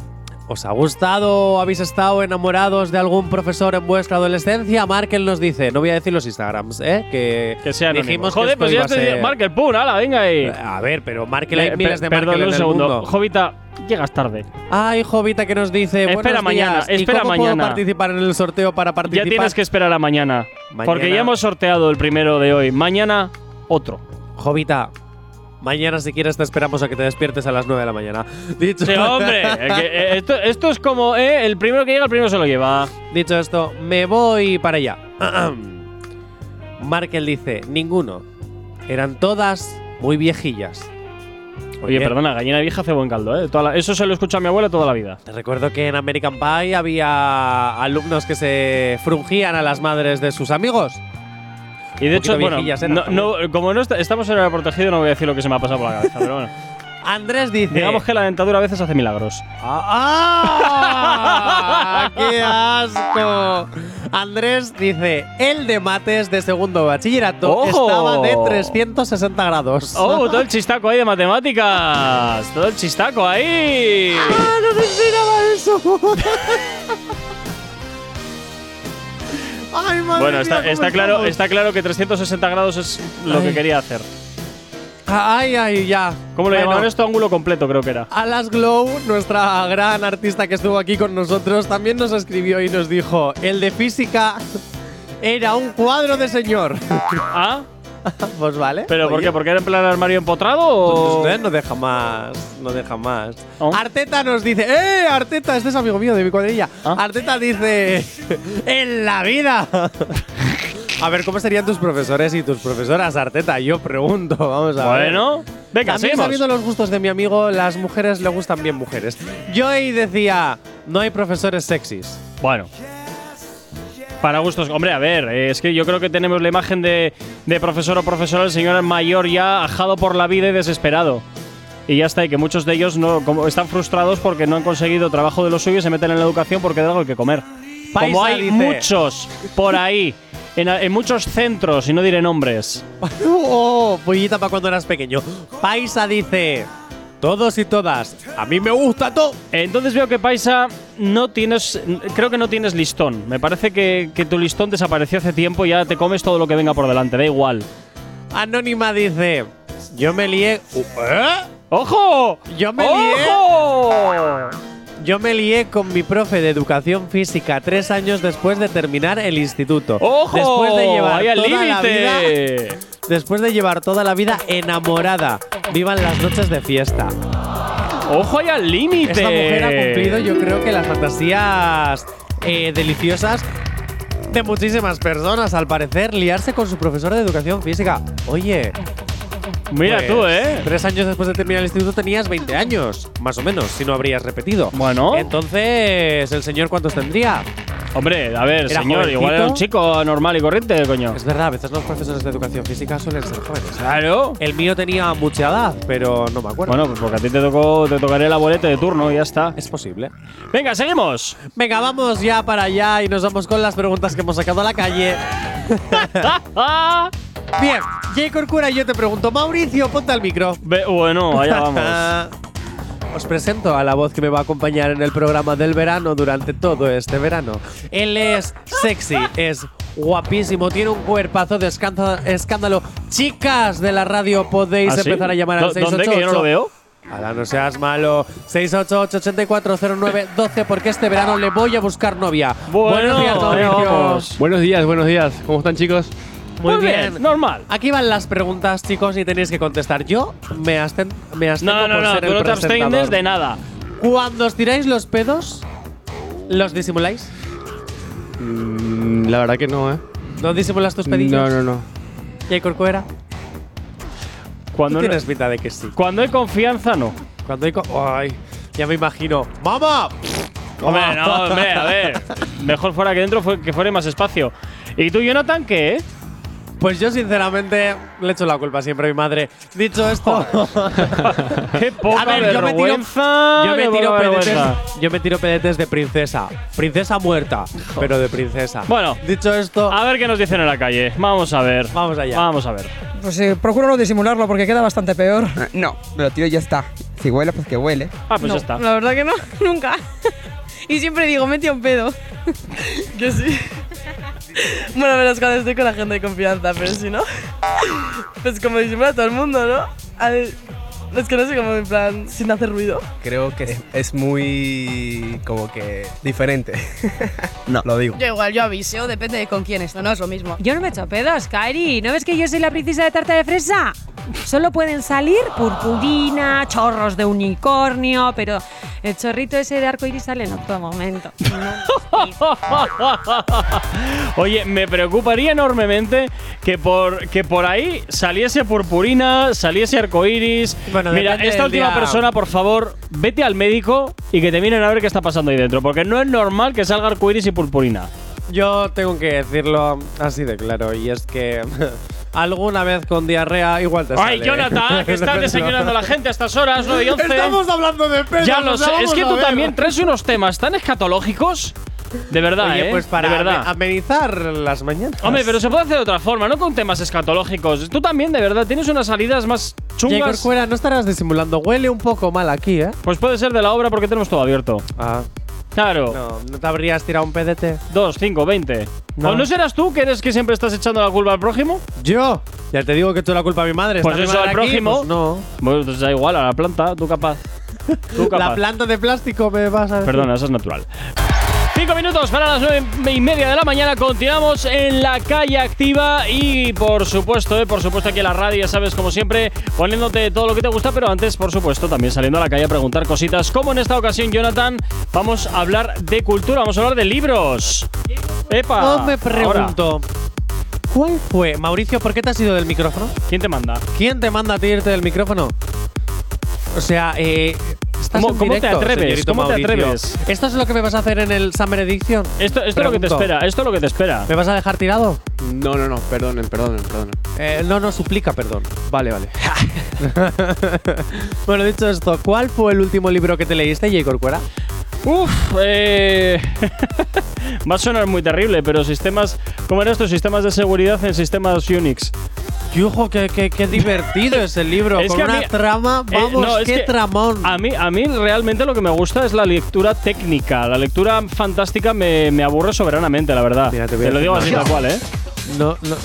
¿Os ha gustado? ¿Habéis estado enamorados de algún profesor en vuestra adolescencia? Markel nos dice, no voy a decir los Instagrams, ¿eh? Que,
Que sea anónimo.
dijimos que
Joder,
esto
pues
iba
ya
a
te
ser-
digo, Markel, pum, ala, venga ahí.
A ver, pero Markel Eh, hay
Eh,
miles
pe-
de
perdón
Markel en
un
el
segundo.
mundo.
Jovita, llegas tarde.
Ay, Jovita que nos dice,
Espera
"Buenos
mañana,
días, ¿y
espera
cómo
mañana".
puedo participar en el sorteo para
Ya
participar?
tienes que esperar a mañana,
Mañana.
Porque ya hemos sorteado el primero de hoy. Mañana, otro.
Jovita, mañana si quieres te esperamos a que te despiertes a las 9 de la mañana. Dicho,
Sí, hombre. eh, que, eh, esto, esto es como, eh, el primero que llega, el primero se lo lleva.
Dicho esto, me voy para allá. Markel dice, ninguno. Eran todas muy viejillas.
Oye, perdona, gallina vieja hace buen caldo, eh. Toda la- eso se lo escucha a mi abuela toda la vida.
Te recuerdo que en American Pie había alumnos que se frungían a las madres de sus amigos.
Y de hecho,
poquito
bueno,
viejillas ¿eh? eran
no- no- como no est- estamos en el protegido, no voy a decir lo que se me ha pasado por la cabeza, pero bueno.
Andrés dice...
Digamos que la dentadura a veces hace milagros.
¡Ah! ¡Qué asco! Andrés dice, el de mates de segundo bachillerato
¡Ojo!
estaba de 360 grados.
¡Oh, todo el chistaco ahí de matemáticas! ¡Todo el chistaco ahí!
¡Ah, no me esperaba eso! ¡Ay, madre
Bueno,
mía,
está,
cómo
está claro,
estamos!
está claro que 360 grados es lo que
Ay.
quería hacer.
¡Ay, ay, ya!
¿Cómo lo
Bueno,
llamaban esto? Ángulo completo, creo que era.
Alas Glow, nuestra gran artista que estuvo aquí con nosotros, también nos escribió y nos dijo, el de física era un cuadro de señor.
¿Ah?
pues vale.
¿Pero por
oye.
qué? ¿Porque era en plan armario empotrado o.?
Pues, eh, no deja más, no deja más.
Oh.
Arteta nos dice, ¡eh, Arteta! Este es amigo mío de mi cuadrilla.
Ah.
Arteta dice, ¡en la vida! a ver, ¿cómo serían tus profesores y tus profesoras, Arteta? Yo pregunto, vamos a ver.
Bueno, venga,
También
seguimos.
sabiendo los gustos de mi amigo, las mujeres le gustan bien mujeres. Joey decía, no hay profesores sexys.
Bueno. Para gustos. Hombre, a ver, eh, es que yo creo que tenemos la imagen de, de profesor o profesora, el señor mayor ya ajado por la vida y desesperado. Y ya está, y que muchos de ellos no, como están frustrados porque no han conseguido trabajo de los suyos y se meten en la educación porque hay algo que comer. como
Paisa
hay
dice-
muchos por ahí, en, en muchos centros, y no diré nombres.
oh, pollita para cuando eras pequeño. Paisa dice, todos y todas, a mí me gusta todo.
Entonces veo que Paisa no tienes, creo que no tienes listón. Me parece que, que tu listón desapareció hace tiempo y ya te comes todo lo que venga por delante, da igual.
Anónima dice: Yo me lié. Uh, ¿eh?
¡Ojo!
Yo me
¿eh? ¡Ojo!
Yo me lié con mi profe de educación física tres años después de terminar el instituto.
¡Ojo!
Después de llevar
Ahí al
toda la vida.
límite!
Después de llevar toda la vida enamorada. Vivan las noches de fiesta.
¡Ojo ahí al límite!
Esta mujer ha cumplido, yo creo que las fantasías eh, deliciosas de muchísimas personas, al parecer, liarse con su profesora de educación física. Oye,
Mira
Pues,
tú, ¿eh?
Tres años después de terminar el instituto tenías 20 años, más o menos, si no habrías repetido.
Bueno.
Entonces, ¿el señor cuántos tendría?
Hombre, a ver,
Era
señor,
jovencito.
igual era un chico normal y corriente, coño.
Es verdad, a veces los profesores de educación física suelen ser jóvenes. ¿eh?
Claro.
El mío tenía mucha edad, pero no me acuerdo.
Bueno, pues porque a ti te tocó, te tocaré el abuelete de turno y ya está.
Es posible.
Venga, seguimos.
Venga, vamos ya para allá y nos vamos con las preguntas que hemos sacado a la calle.
Ah,
Bien, Jay Corcura y yo te pregunto, Mauricio, ponte al micro.
ve- bueno, allá vamos.
Os presento a la voz que me va a acompañar en el programa del verano durante todo este verano. Él es sexy, es guapísimo, tiene un cuerpazo de escánda- escándalo. Chicas de la radio, podéis
¿Ah, sí?
empezar a llamar
¿Dó-
al 688.
¿Dónde? Que yo no lo veo.
Ala, no seas malo. 688-8409-12, porque este verano le voy a buscar novia.
Bueno,
Buenos días,
ahí
Mauricio.
vamos.
Buenos días, buenos días. ¿Cómo están, chicos?
Muy
Muy bien,
bien.
normal.
Aquí van las preguntas, chicos, y tenéis que contestar. Yo me absten- me abstengo
No, no,
por
no,
ser
tú
el
no te abstienes
presentador.
de nada.
Cuando os tiráis los pedos, ¿los disimuláis?
Mm, la verdad que no, ¿eh?
¿No disimulas tus pedillos?
No, no, no.
¿Y hay corcuera?
Cuando,
Tú
no-
tienes pinta de que sí.
cuando hay confianza, no.
Cuando hay co- ¡Ay! Ya me imagino. ¡Mamá!
Hombre, no, hombre, a ver. Mejor fuera que dentro, fue- que fuera más espacio. ¿Y tú, Jonathan, qué?
Pues yo, sinceramente, le echo la culpa siempre a mi madre. Dicho esto…
¡Qué poca
a ver, yo me tiro…
vergüenza!
Yo me
qué
tiro
poca
pedetes,
vergüenza.
yo me tiro pedetes de princesa. Princesa muerta, pero de princesa.
Bueno.
Dicho esto…
A ver qué nos dicen en la calle. Vamos a ver.
Vamos allá.
Vamos a ver.
Pues eh, procuro no disimularlo porque queda bastante peor.
No, me lo tiro y ya está.
Si huele, pues que huele.
Ah, pues
no,
ya está.
La verdad que no, nunca. y siempre digo, mete un pedo. que sí. bueno, menos cuando estoy con la gente de confianza, pero si no. pues como disimula todo el mundo, ¿no? Al- es que no sé cómo, en plan, sin hacer ruido.
Creo que es, es muy como que diferente.
No.
Lo digo.
Yo igual, yo aviso, depende de con quién esto, no es lo mismo.
Yo no me echo pedos, Kairi. ¿No ves que yo soy la princesa de tarta de fresa? Solo pueden salir purpurina, chorros de unicornio, pero el chorrito ese de arco iris sale en otro momento. No,
Oye, me preocuparía enormemente que por, que por ahí saliese purpurina, saliese arcoiris.
Bueno,
Mira,
depende
esta
del
última
día.
persona, por favor, vete al médico y que te miren a ver qué está pasando ahí dentro, porque no es normal que salga arcoiris y purpurina.
Yo tengo que decirlo así de claro, y es que alguna vez con diarrea igual te
Ay,
sale. ¿eh?
Jonathan, que estás desayunando a la gente a estas horas, 9 y 11.
hablando de pedos.
ya lo sé, es que tú también traes unos temas tan escatológicos. De verdad, ¿eh?
Oye, pues para
de verdad.
ame- amenizar las mañanas.
Hombre, pero se puede hacer de otra forma, no con temas escatológicos. Tú también, de verdad, tienes unas salidas más
Jacob
chungas.
Cuera, no estarás disimulando. Huele un poco mal aquí, ¿eh?
Pues puede ser de la obra porque tenemos todo abierto.
Ah,
Claro.
no, ¿no te habrías tirado un pedete?
2, 5, 20.
No.
¿O no serás tú que eres que siempre estás echando la culpa al prójimo?
Yo. Ya te digo que tú la culpa a mi madre.
Pues
¿Está mi
eso,
madre
al
aquí?
prójimo.
Pues no.
Bueno, pues da igual, a la planta, tú capaz. Tú capaz.
La planta de plástico me vas a. decir.
Perdona, eso es natural. Cinco minutos para las nueve y media de la mañana. Continuamos en la calle activa y, por supuesto, eh, por supuesto aquí en la radio, ya sabes, como siempre, poniéndote todo lo que te gusta, pero antes, por supuesto, también saliendo a la calle a preguntar cositas. Como en esta ocasión, Jonathan, vamos a hablar de cultura, vamos a hablar de libros. ¡Epa!
Yo Oh, me
Ahora,
pregunto. ¿Cuál fue? Mauricio, ¿por qué te has ido del micrófono?
¿quién te manda?
¿Quién te manda a ti irte del micrófono? O sea, eh. estás
¿Cómo-
en
cómo te
directo,
atreves?
señorito
¿Cómo te
Mauricio.
atreves? Eh.
¿Esto es lo que me vas a hacer en el Summer Edition?
Esto, esto es lo que te
Pregunto.
espera, esto es lo que te espera.
¿Me vas a dejar tirado?
No, no, no, perdonen, perdonen, perdonen.
Eh, no, no, suplica, perdón.
Vale, vale.
bueno, dicho esto, ¿cuál fue el último libro que te leíste, J. Corcuera?
Uf, eh, va a sonar muy terrible, pero sistemas, ¿cómo eran estos sistemas de seguridad en sistemas Unix?
Yujo, qué, qué, qué divertido es el libro.
Es
Con
que a
una
mí-
trama,
Eh,
vamos,
no, es
qué
que
tramón.
A mí, a mí realmente lo que me gusta es la lectura técnica. La lectura fantástica me, me aburre soberanamente, la verdad.
Mira,
te,
te voy a
lo digo así
decir
tal cual, ¿eh?
No, no,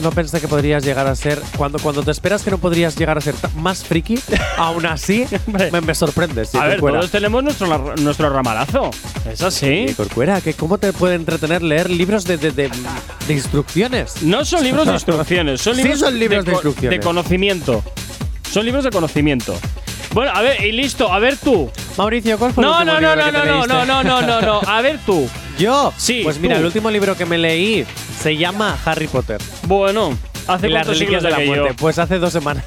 no pensé que podrías llegar a ser. Cuando, cuando te esperas que no podrías llegar a ser ta- más friki, aún así
Hombre.
me, me sorprendes. J.
a ver,
Corcuera.
todos tenemos nuestro, la- nuestro ramalazo. ¿Es así?
J. Corcuera, que ¿cómo te puede entretener leer libros de, de, de- de instrucciones?
No son libros de instrucciones, son
Sí
libros,
son libros de
co-
instrucciones.
de conocimiento. Son libros de conocimiento. Bueno, a ver, y listo, a ver tú.
Mauricio, ¿cuál fue el
No, no,
último
no,
libro
no,
que te
no, no,
leíste?
no, no, no, no, no. A ver tú.
¿Yo?
Sí,
Pues mira,
tú.
el último libro que me leí se llama Harry Potter.
Bueno, hace
y las
cuántos siglos
reliquias de la muerte. Pues hace dos semanas.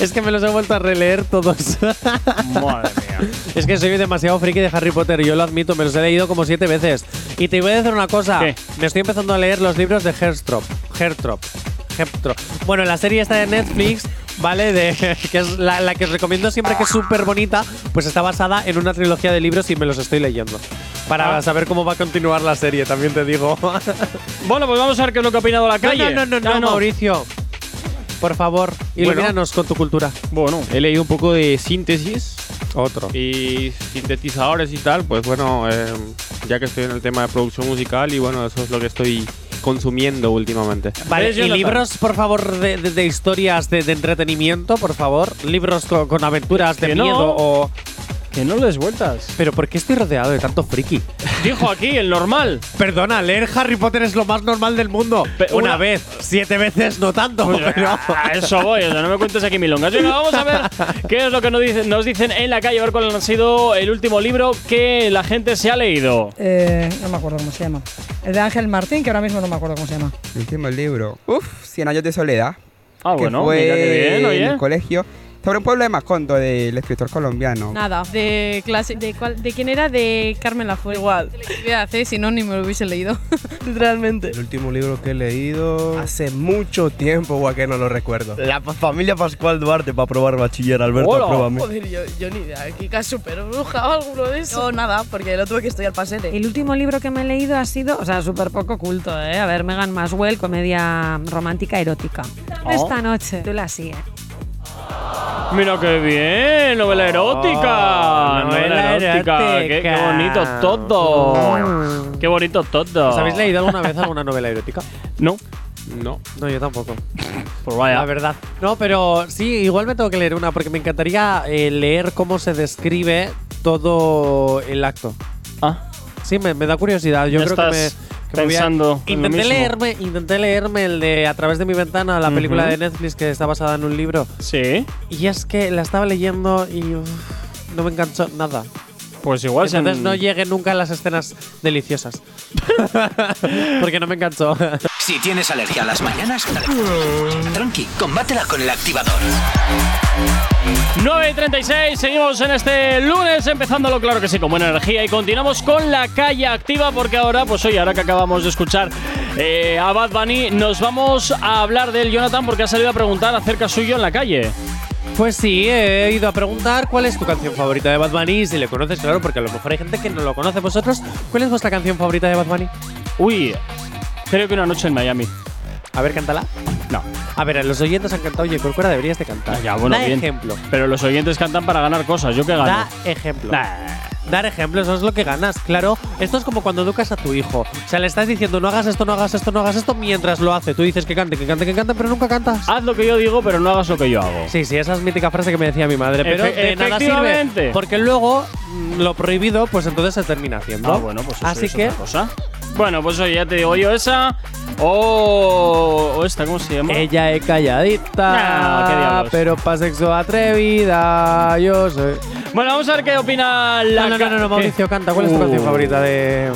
es que me los he vuelto a releer todos.
Madre mía.
es que soy demasiado friki de Harry Potter, yo lo admito, me los he leído como siete veces. Y te voy a decir una cosa,
¿Qué?
me estoy empezando a leer los libros de Herstrop. Hertrop. Hertrop. Bueno, la serie está de Netflix. ¿Vale? De, que es la, la que os recomiendo siempre que es súper bonita, pues está basada en una trilogía de libros y me los estoy leyendo. Para
Ah.
saber cómo va a continuar la serie, también te digo.
Bueno, pues vamos a ver qué es lo que ha opinado la calle.
No, no, no, no,
Ah,
Mauricio. Por favor, ilumínanos con tu cultura.
Bueno,
He leído un poco de síntesis
Otro.
y sintetizadores y tal, pues bueno, eh, ya que estoy en el tema de producción musical y bueno, eso es lo que estoy consumiendo últimamente.
Vale,
¿Ves,
Eh, y
Jonathan?
libros, por favor, de, de- de historias de, de entretenimiento, por favor. Libros co- con, aventuras de
Que no.
miedo o.
que no le des vueltas.
Pero ¿por qué estoy rodeado de tanto friki?
Dijo aquí el normal.
Perdona, leer Harry Potter es lo más normal del mundo.
Pe-
una,
una-
vez, siete veces, no tanto.
Pues,
pero-
A eso voy, o sea, no me cuentes aquí milongas. Venga, vamos a ver qué es lo que nos dicen, nos dicen en la calle, a ver cuál ha sido el último libro que la gente se ha leído.
Eh, no me acuerdo cómo se llama. El de Ángel Martín, que ahora mismo no me acuerdo cómo se llama.
El último libro. Uf, 100 años de soledad.
Ah,
que
bueno,
fue
mira qué bien,
en
oye.
el colegio. Sobre un pueblo de Macondo del escritor colombiano.
Nada.
De clase.
¿De, cuál- de quién era? De Carmen Lafuente.
Igual. si no, ni me lo hubiese leído. Literalmente.
El último libro que he leído hace mucho tiempo, guau, que no lo recuerdo.
La pa- familia Pascual Duarte para probar bachiller, Alberto,
Hola.
apróbame.
Joder, yo, yo ni idea. Kika super bruja o alguno de eso. No, nada, porque lo tuve que estudiar para
El último libro que me he leído ha sido, o sea, súper poco culto, ¿eh? A ver, Megan Maswell, comedia romántica erótica.
Oh.
¿eh? Esta noche. Tú la sigues.
Mira qué bien, novela erótica.
Oh,
novela
novela
erótica. Qué, qué
erótica.
bonito todo. Qué bonito todo.
¿Os habéis leído alguna vez alguna novela erótica?
No.
No.
No, yo tampoco.
Pues vaya.
La verdad. No, pero sí, igual me tengo que leer una porque me encantaría eh, leer cómo se describe todo el acto.
Ah.
Sí, me, me da curiosidad. Yo
Ya
creo que me.
estás
que me voy a-
pensando en lo
intenté
mismo.
leerme, intenté leerme el de A través de mi ventana, la
Ujú.
película de Netflix que está basada en un libro.
Sí.
Y es que la estaba leyendo y uf, no me enganchó nada.
Pues igual se
Entonces
han-
no llegué nunca a las escenas deliciosas. Porque no me enganchó.
Si tienes alergia a las mañanas, tranqui, combátela con el activador.
9 y 36, seguimos en este lunes, empezándolo claro que sí, con buena energía y continuamos con la calle activa porque ahora, pues oye, ahora que acabamos de escuchar eh, a Bad Bunny, nos vamos a hablar del Jonathan porque ha salido a preguntar acerca suyo en la calle.
Pues sí, he ido a preguntar cuál es tu canción favorita de Bad Bunny. Si le conoces, claro, porque a lo mejor hay gente que no lo conoce. ¿Vosotros cuál es vuestra canción favorita de Bad Bunny?
Uy, creo que una noche en Miami.
A ver, cántala.
No.
A ver, los oyentes han cantado, oye, Corcuera, deberías de cantar.
Ah, Ya, bueno,
da
bien. Ah,
ejemplo.
Pero los oyentes cantan para ganar cosas, yo que gano.
Da ejemplo. Dar ejemplos, eso es lo que ganas, claro. Esto es como cuando educas a tu hijo. O sea, le estás diciendo, no hagas esto, no hagas esto, no hagas esto, mientras lo hace. Tú dices que cante, que cante, que cante, pero nunca cantas.
Haz lo que yo digo, pero no hagas lo que yo hago.
Sí, sí, esa es mítica frase que me decía mi madre, pero
Efe-
de eh, nada
efectivamente.
sirve. Porque luego mm, lo prohibido, pues entonces se termina haciendo.
Ah, bueno, pues eso
Así
es
que,
otra cosa. Bueno, pues oye, ya te digo yo esa o, o esta, ¿cómo se llama?
Ella es
No, qué
calladita,
diablos.
pero pa' sexo atrevida, yo soy.
Bueno, vamos a ver qué opina la
no, no, no,
ca-
no, Mauricio,
¿Qué?
canta. ¿Cuál es tu canción
Uh,
favorita de.?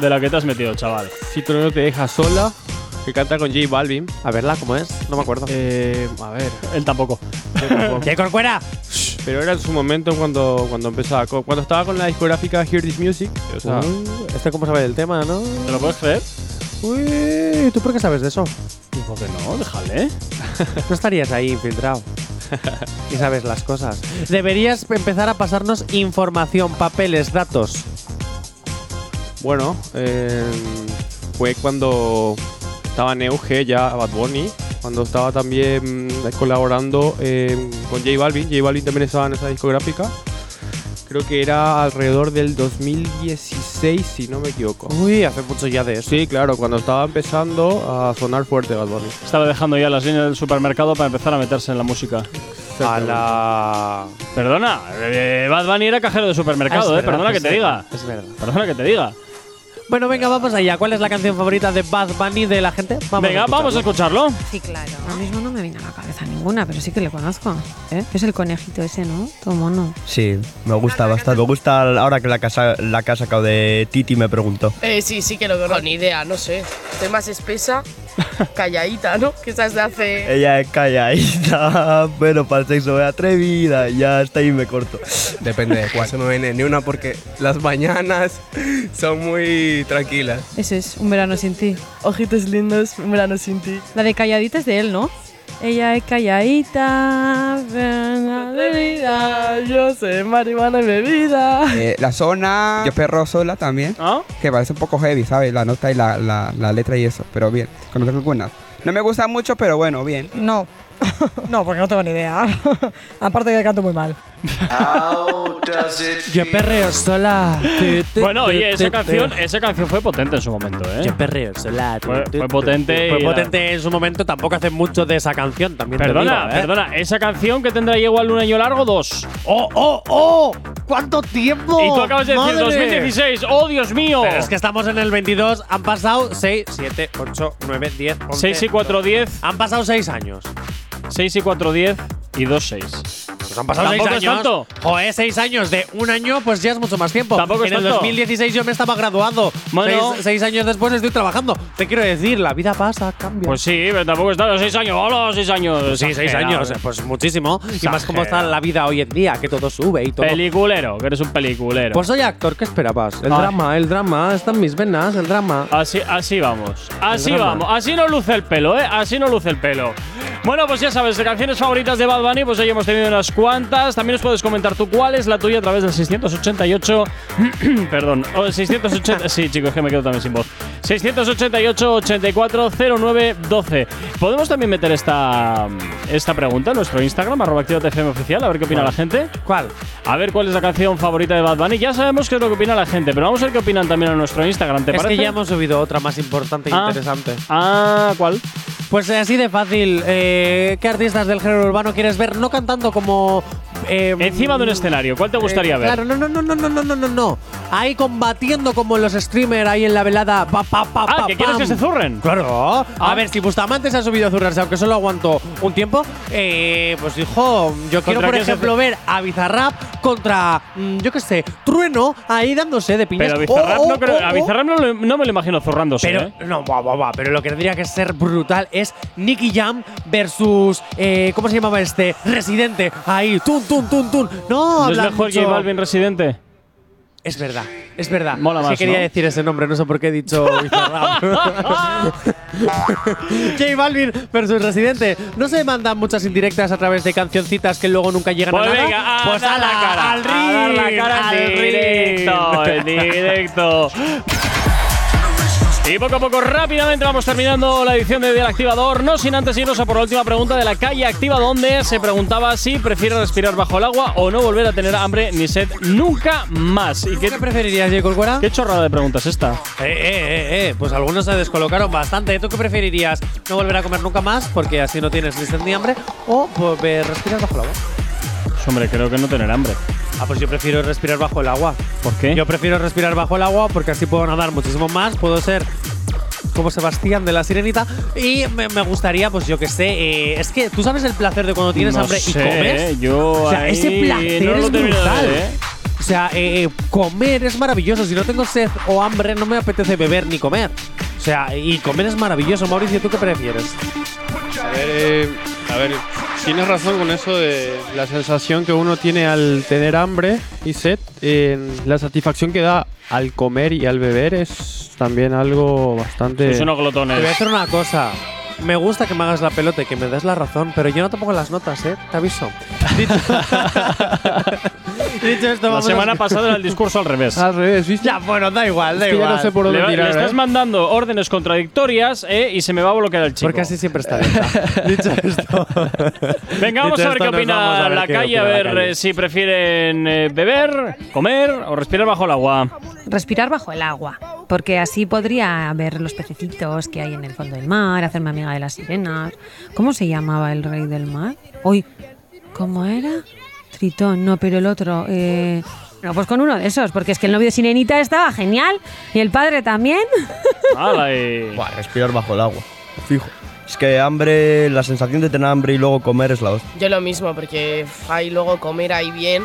De la que te has metido, chaval.
Si tú no te dejas sola, que canta con J Balvin.
A verla, ¿cómo es? No me acuerdo.
Eh, a ver.
Él tampoco.
¡J. Corcuera!
Pero era en su momento cuando, cuando empezaba. co- Cuando estaba con la discográfica Hear This Music. O sea,
Uh, este cómo sabe del tema, ¿no?
¿Te lo puedes creer?
Uy, ¿tú por qué sabes de eso?
Digo que no, déjale.
No estarías ahí infiltrado. y sabes las cosas. Deberías empezar a pasarnos información, papeles, datos.
bueno, eh, fue cuando estaba en auge ya Bad Bunny. Cuando estaba también mm, colaborando eh, con J Balvin. J Balvin también estaba en esa discográfica. Creo que era alrededor del 2016, si no me equivoco.
Uy, hace mucho ya de eso.
Sí, claro, cuando estaba empezando a sonar fuerte Bad Bunny.
Estaba dejando ya las líneas del supermercado para empezar a meterse en la música.
A la.
Perdona, eh, Bad Bunny era cajero de supermercado,
Ah,
eh,
es verdad,
perdona que
es
te
verdad,
diga.
Es verdad.
Perdona que te diga.
Bueno, venga, vamos allá. ¿Cuál es la canción favorita de Bad Bunny de la gente? Vamos
Venga, vamos a escucharlo.
Sí, claro. Ahora mismo no me viene a la cabeza ninguna, pero sí que le conozco. ¿Eh? Es el conejito ese, ¿no? Todo mono.
Sí, me gusta bastante. Me gusta ahora que la casa la que ha sacado de Titi me preguntó.
Eh, sí, sí que lo conozco. Ni idea, no sé. Estoy más espesa, calladita, ¿no? Que esa es de hace.
Ella es calladita, pero Ah, para el sexo es atrevida. Ya está ahí me corto.
Depende de cuál. No se me viene ni una porque las mañanas son muy tranquilas.
Eso es, un verano sin ti.
Ojitos lindos, un verano sin ti.
La de calladita es de él, ¿no? Ella es calladita.
Bebida, yo sé, marihuana y bebida.
Eh, la zona, yo perro sola también.
¿Ah?
Que parece un poco heavy, ¿sabes? La nota y la, la, la letra y eso. Pero bien, conozco algunas. No me gusta mucho, pero bueno, bien.
No. no, porque no tengo ni idea. Aparte que canto muy mal.
Yo perreo sola.
Bueno, oye, esa canción, ¿eh? esa canción fue potente en su momento, ¿eh?
Yo perreo sola.
Fue- fue pues potente
Fue
y la-
Pues potente en su momento. Tampoco hace mucho de esa canción. También te
Perdona,
digo, ¿eh?
perdona. Esa canción que tendrá igual un año largo, dos.
¡Oh, oh, oh! ¿Cuánto tiempo?
y tú acabas de decir
Oh, ¡Madre!
2016. ¡Oh, Dios mío!
Pero es que estamos en el 22. Han pasado 6, 7, 8, 9, 10, 11.
6 y 4, 10.
Han pasado 6 años.
6 y 4, 10. Y 2, 6.
Pues han pasado seis
Tampoco
años.
es tanto.
Joder, seis años de un año, pues ya es mucho más tiempo.
Tampoco es
en el
tanto.
2016 yo me estaba graduando.
Bueno.
Seis, seis años después estoy trabajando. Te quiero decir, la vida pasa, cambia.
Pues sí, pero tampoco está. 6 años. ¡Hola, 6 años!
Pues sí, seis
Exagerado,
años,
eh.
pues muchísimo. Y más como está
Exagerado.
la vida hoy en día, que todo sube y todo.
Peliculero, que eres un peliculero.
pues soy actor, ¿qué esperabas? El
Ay.
drama, el drama, están mis venas, el drama.
Así, así vamos, así
drama.
vamos, así no luce el pelo, ¿eh? Así no luce el pelo. Bueno, pues ya sabes, de canciones favoritas de Bad Bunny, pues hoy hemos tenido unas cuantas. También nos puedes comentar tú cuál es la tuya oh, a través del 688. perdón, o el 680. sí, chicos, que me quedo también sin voz. 688-8409-12. Podemos también meter esta, esta pregunta en nuestro Instagram, arroba activatfm oficial, a ver qué opina
¿Cuál?
la gente.
¿Cuál?
A ver cuál es la canción favorita de Bad Bunny. Ya sabemos qué es lo que opina la gente, pero vamos a ver qué opinan también en nuestro Instagram, ¿te
es
parece?
que ya hemos subido otra más importante e
Ah.
interesante.
Ah, ¿cuál?
Pues eh, así de fácil. eh, ¿Qué artistas del género urbano quieres ver? No cantando como. eh,
Encima de un escenario, ¿cuál te gustaría ver?
Claro, no, no, no, no, no, no, no, no, no. Ahí combatiendo como los streamers ahí en la velada. Pa, pa, pa,
Ah,
pa,
que quieres Ah.
pam.
que se zurren.
Claro. A ver, si Bustamante se ha subido a zurrarse, aunque solo aguantó un tiempo, eh, pues dijo, yo quiero,
¿Contra
por
quién se
ejemplo,
hace?
ver a Bizarrap contra, mm, yo qué sé, Trueno ahí dándose de piñas.
Pero a Bizarrap,
Oh,
no,
oh,
creo-
oh,
a
oh.
Bizarrap no, lo- no me lo imagino zurrándose.
Pero,
¿eh?
no, va, va, va, pero lo que tendría que ser brutal es Nicky Jam versus, eh, ¿cómo se llamaba este? Residente, ahí, tun, tun, tun, tun. No,
¿No es
habla
mejor
mucho.
J Balvin residente?
Es verdad, es verdad.
Mola
Es
más,
que quería
¿no?
decir ese nombre, no sé por qué he dicho Bizarrap. J Balvin versus Residente. ¿No se mandan muchas indirectas a través de cancioncitas que luego nunca llegan
Pues
a nada?
venga, a
pues
dar la
ala,
cara,
al
a dar la
ring,
cara en
al ring.
directo, en directo. Y poco a poco, rápidamente vamos terminando la edición de Día del Activador. No sin antes irnos a por la última pregunta de la calle activa, donde se preguntaba si prefiere respirar bajo el agua o no volver a tener hambre ni sed nunca más. ¿Y qué,
preferirías, Diego Corcuera?
¿Qué chorrada de preguntas esta?
Eh, eh, eh, eh, pues algunos se descolocaron bastante. ¿Tú qué preferirías? ¿No volver a comer nunca más porque así no tienes ni sed ni hambre? ¿O volver a respirar bajo el agua?
Pues, hombre, creo que no tener hambre.
Ah, pues yo prefiero respirar bajo el agua.
¿Por qué?
Yo prefiero respirar bajo el agua porque así puedo nadar muchísimo más, puedo ser como Sebastián de la Sirenita y me, me gustaría, pues yo que sé, eh, es que tú sabes el placer de cuando tienes
No
hambre y
sé, ¿eh?
comes.
Yo
o sea,
ahí
ese placer
no lo termino
es
de
brutal.
ver, ¿eh?
O sea, eh, eh, comer es maravilloso. Si no tengo sed o hambre, no me apetece beber ni comer. O sea, y comer es maravilloso. Mauricio, ¿tú qué prefieres?
A ver, eh, a ver, tienes razón con eso de la sensación que uno tiene al tener hambre y sed. eh, la satisfacción que da al comer y al beber es también algo bastante.
Sois unos glotones.
Te voy a hacer una cosa. Me gusta que me hagas la pelota y que me des la razón, pero yo no te pongo las notas, ¿eh? Te aviso. Dicho, Dicho esto,
La
vamos a-
semana pasada era el discurso al revés.
Al revés, ¿viste?
Ya, bueno, da igual, da
Es que ya
igual.
no sé por dónde
Le,
tirar,
le estás
¿eh?
mandando órdenes contradictorias eh, y se me va a bloquear el chico.
Porque así siempre está bien. Dicho esto.
Venga, vamos
Dicho
a ver qué
esto, nos vamos
opina
a ver
la
qué
calle, a
opina la
ver
calle.
eh, si prefieren eh, beber, comer o respirar bajo el agua.
Respirar bajo el agua, porque así podría ver los pececitos que hay en el fondo del mar, hacerme amiga de las sirenas. ¿Cómo se llamaba el rey del mar? Uy, ¿cómo era? Tritón, no, pero el otro. eh, No, pues con uno de esos, porque es que el novio de Sirenita estaba genial y el padre también.
Ala, y-
Buah, respirar bajo el agua, fijo. Es que hambre, la sensación de tener hambre y luego comer es la hostia.
Yo lo mismo, porque ahí luego comer ahí bien,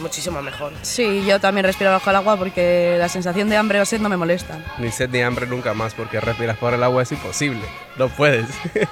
muchísimo mejor.
Sí, yo también respiro bajo el agua porque la sensación de hambre o sed no me molesta.
Ni sed ni hambre nunca más, porque respirar por el agua es imposible. No puedes.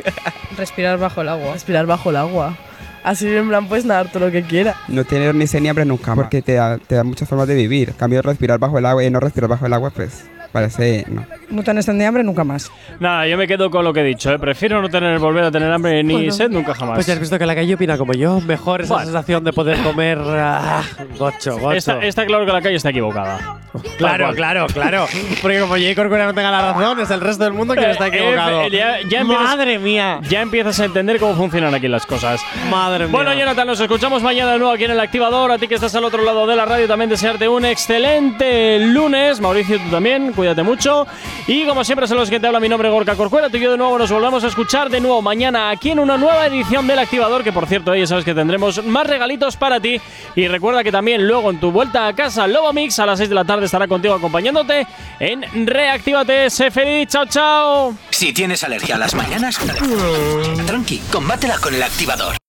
Respirar bajo el agua.
Respirar bajo el agua. Así en plan puedes nadar todo lo que quieras.
No tener ni sed ni hambre nunca más. Porque te da, te da muchas formas de vivir. En Cambio respirar bajo el agua y no respirar bajo el agua, pues parece no.
No tener sed ni hambre nunca más.
Nada, yo me quedo con lo que he dicho. eh. Prefiero no tener volver a tener hambre ni
Bueno.
sed nunca jamás.
Pues ya has visto que la calle opina como yo. Mejor esa sensación de poder comer. ah, gocho, gocho.
Está, está claro que la calle está equivocada.
Claro,
Tal cual.
claro, claro. Porque como J. Corcuera no tenga la razón, es el resto del mundo quien está
Eh, eh,
equivocado.
ya- ya empiezas-
Madre mía.
Ya empiezas a entender cómo funcionan aquí las cosas.
Madre mía.
Bueno, Jonathan, nos escuchamos mañana de nuevo aquí en el Activador. A ti que estás al otro lado de la radio, también desearte un excelente lunes. Mauricio, tú también, cuídate mucho. Y como siempre, son los que te habla mi nombre, Gorka Corcuera. Tú y yo de nuevo nos volvemos a escuchar de nuevo mañana aquí en una nueva edición del Activador. Que por cierto, hoy ya sabes que tendremos más regalitos para ti. Y recuerda que también luego en tu vuelta a casa, Lobo Mix a las 6 de la tarde estará contigo acompañándote en Reactívate. Sé feliz, chao, chao.
Si tienes alergia a las mañanas, tranqui, combátela con el activador.